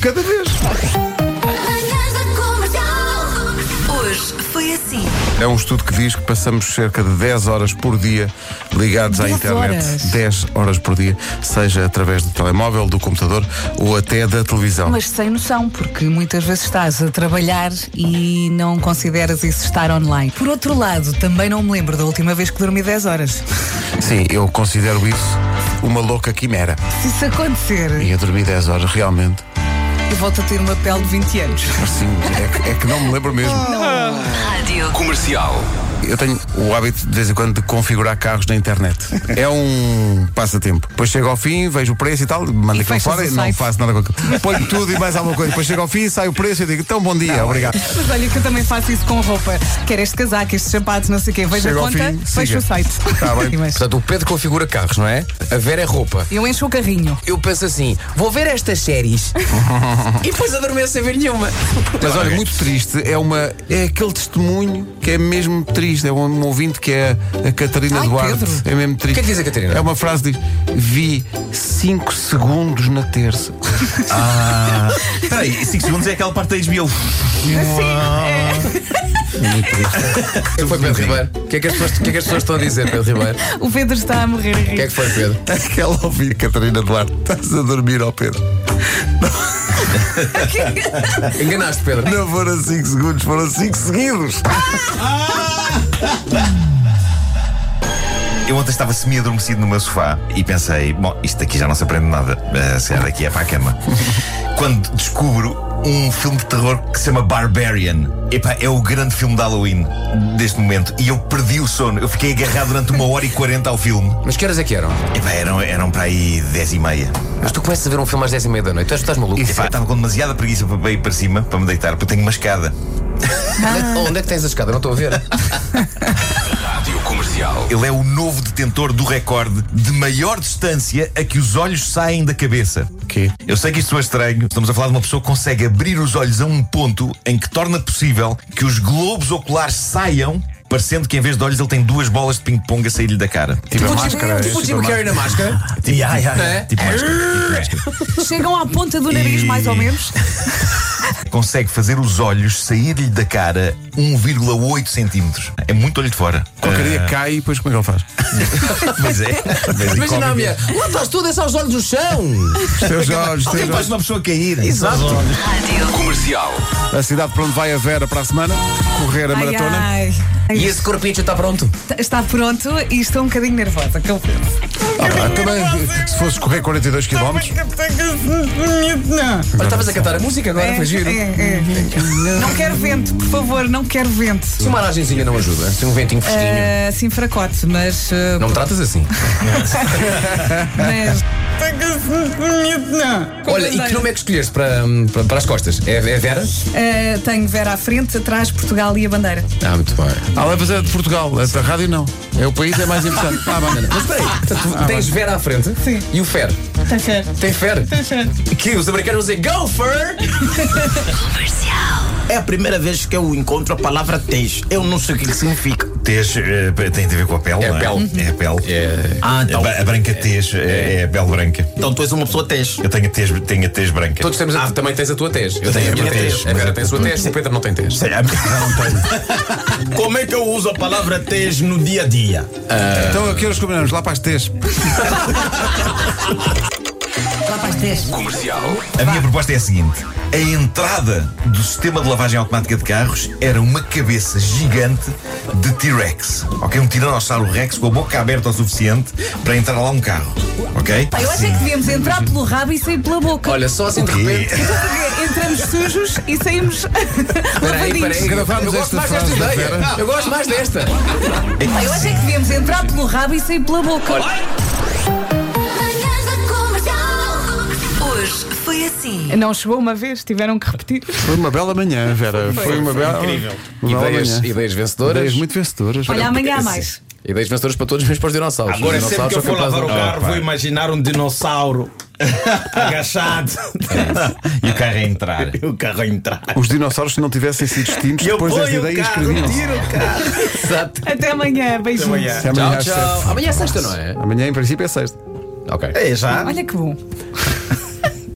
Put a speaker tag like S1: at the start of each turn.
S1: cada vez.
S2: Manhãs da Comercial. Hoje foi assim.
S1: É um estudo que diz que passamos cerca de 10 horas por dia ligados à
S3: 10
S1: internet.
S3: horas?
S1: 10 horas por dia, seja através do telemóvel, do computador ou até da televisão.
S3: Mas sem noção, porque muitas vezes estás a trabalhar e não consideras isso estar online. Por outro lado, também não me lembro da última vez que dormi 10 horas.
S1: Sim, eu considero isso uma louca quimera.
S3: Se isso acontecer,
S1: E eu dormi 10 horas, realmente.
S3: eu volto a ter uma pele de 20 anos.
S1: Mas sim, é que, é que não me lembro mesmo.
S4: Comercial.
S1: Eu tenho o hábito de vez em quando de configurar carros na internet. É um passatempo. Depois chego ao fim, vejo o preço e tal, mando
S3: E
S1: aquilo
S3: fechas
S1: fora
S3: o
S1: e não
S3: site.
S1: faço nada com aquilo. Ponho tudo e mais alguma coisa. Depois chego ao fim, sai o preço e digo, então bom dia, obrigado.
S3: Mas olha que eu também faço isso com roupa. Quer este casaco, estes sapatos, não sei o quê. Vejo
S1: Chega
S3: a
S1: ao
S3: conta,
S1: fim,
S3: fecho
S1: siga.
S3: o site.
S1: Tá bem.
S3: E mais.
S5: Portanto, o Pedro configura carros, não é? A Vera é roupa.
S3: Eu encho o carrinho.
S5: Eu penso assim, vou ver estas séries e depois adormeço sem ver nenhuma.
S1: Mas olha, muito triste, é, uma, é aquele testemunho que é mesmo triste. É um ouvinte que é a Catarina
S3: Ai,
S1: Duarte.
S3: Pedro.
S1: É mesmo triste.
S5: O que é que diz a Catarina?
S1: É uma frase que diz: Vi 5 segundos na terça.
S4: Peraí, 5 segundos é aquela parte da HBO.
S5: Tu foi Pedro Ribeiro. O que, é que as pessoas, o que é que as pessoas estão a dizer, Pedro Ribeiro?
S3: O Pedro está a morrer a
S5: O que é
S3: rir.
S5: que foi, Pedro?
S1: Aquela ouvinte, Catarina Duarte, estás a dormir ao Pedro.
S5: Enganaste, Pedro.
S1: Não foram 5 segundos, foram 5 seguidos.
S4: Eu ontem estava semi-adormecido no meu sofá e pensei: bom, isto aqui já não se aprende nada. Eh, Se calhar daqui é para a cama. Quando descubro um filme de terror que se chama Barbarian. Epá, é o grande filme de Halloween deste momento. E eu perdi o sono. Eu fiquei agarrado durante uma hora e quarenta ao filme.
S5: Mas que horas é que eram?
S4: Epá, eram, eram para aí dez e meia.
S5: Mas tu começas a ver um filme às 10 e meia da noite. Tu és- tu estás maluco?
S4: Epá, eu estava com demasiada preguiça para ir para cima, para me deitar, porque eu tenho uma escada.
S5: Onde, é, que-
S3: Ah.
S5: onde é que tens a escada? Não estou a ver.
S4: Ele é o novo detentor do recorde de maior distância a que os olhos saem da cabeça.
S1: Quê?
S4: Eu sei que isto é estranho. Estamos a falar de uma pessoa que consegue abrir os olhos a um ponto em que torna possível que os globos oculares saiam, parecendo que em vez de olhos ele tem duas bolas de ping-pong a sair-lhe da cara.
S1: Tipo
S5: o Jim-
S1: máscara,
S5: tipo
S1: é
S5: o Jim
S1: super
S5: Carrey na máscara.
S4: Tipo, yeah, yeah,
S5: é?
S4: tipo máscara, tipo máscara.
S3: Chegam à ponta do nariz,
S4: E-
S3: mais ou menos.
S4: Consegue fazer os olhos sair-lhe da cara 1,8 centímetros. É muito olho de fora.
S1: Qualquer dia cai e depois como é que ele faz?
S4: Mas é. Mas
S5: Imagina a minha. Lá estás tu,
S3: é
S5: deixa os olhos no chão.
S1: Os teus olhos, os teus
S4: Alguém faz
S1: olhos.
S4: uma pessoa cair. Exato.
S1: A cidade para onde vai a Vera para a semana, correr a
S3: Ai,
S1: maratona.
S3: ai.
S5: E esse corpicho está pronto?
S3: Está pronto e estou um bocadinho nervosa, confesso.
S1: Ah, pá, também, se fosses correr 42 km,
S5: Mas estavas a cantar a música agora, foi giro.
S3: É, é. Não quero vento, por favor, não quero vento.
S5: Se uma aragenzinha não ajuda, se um ventinho fresquinho.
S3: Ah, assim fracote, mas. ah,
S5: Não me tratas assim.
S3: mas
S5: Olha, e que nome é que escolheste para, hum, para, para as costas? É, é Vera?
S3: ah, tenho Vera à frente, atrás Portugal e a bandeira.
S5: Ah, muito bem.
S1: ah, levas a de Portugal, a da rádio não. É o país, é mais importante. Ah, bem.
S5: Mas espera aí, portanto, tu tens Vera à frente Ah, Sim. e o Fer. Tem Fer. Tem Fer. Que os americanos vão dizer Go Fer!
S6: É a primeira vez que eu encontro a palavra tens. Eu não sei o que, que significa.
S4: Tez eh, tem a ver com a pele,
S5: É a
S4: não
S5: pele.
S4: É a pele.
S6: Ah, então.
S4: A ba- A branca tez é, é a pele branca.
S6: Então tu és uma pessoa tens.
S4: Eu tenho a tez, tenho a tez branca.
S5: Todos temos a, tu também tens a tua tez. Eu tenho a minha tez. A Vera tem a sua tez, o Pedro não tem tez.
S6: Sei, a minha- Como é que eu uso a palavra tens no dia a dia?
S1: Então aqui nós combinamos, lá para as 3.
S4: A minha proposta é a seguinte: a entrada do sistema de lavagem automática de carros era uma cabeça gigante de T-Rex. Ok? Um tiranossauro Rex com a boca aberta o suficiente para entrar lá um carro. Ok?
S3: Pá, eu acho é que devíamos entrar pelo rabo e sair pela boca.
S5: Olha, só assim de repente.
S3: Porque Entramos sujos e saímos
S5: Peraí,
S3: lavadinhos.
S5: peraí.
S1: Gravámos
S5: Eu
S1: esta
S5: gosto mais desta
S1: frase da
S5: ideia.
S1: Vera.
S5: Eu gosto mais desta.
S3: Pá, Eu acho é que devíamos entrar pelo rabo e sair pela boca.
S2: Manhãs da Comercial. Hoje foi assim.
S3: Não chegou uma vez, tiveram que repetir.
S1: Foi uma bela manhã, Vera. Foi uma bela. Incrível. Uma bela
S5: Ideias,
S1: manhã.
S5: ideias vencedoras.
S1: Ideias muito vencedoras.
S3: Olha, amanhã há mais.
S5: Ideias vencedoras para todos, menos para os dinossauros.
S7: Agora, é
S5: os
S7: sempre que eu
S5: dinossauros
S7: for
S5: são
S7: lavar o
S5: capazes
S7: carro, vou imaginar um dinossauro agachado
S4: E o carro a entrar.
S7: e o carro a entrar.
S1: Os dinossauros, se não tivessem sido extintos,
S7: E eu
S1: depois das
S7: ponho o
S1: ideias
S7: carro,
S1: escreviam.
S7: tiro o carro.
S5: de- Exato.
S3: Até amanhã, beijinhos.
S7: amanhã.
S1: Até amanhã
S5: Tchau,
S1: às
S5: tchau.
S1: sete.
S5: Amanhã é sexta, não é?
S1: Amanhã, em princípio, é sexta.
S5: Ok.
S7: É já.
S3: Olha que bom.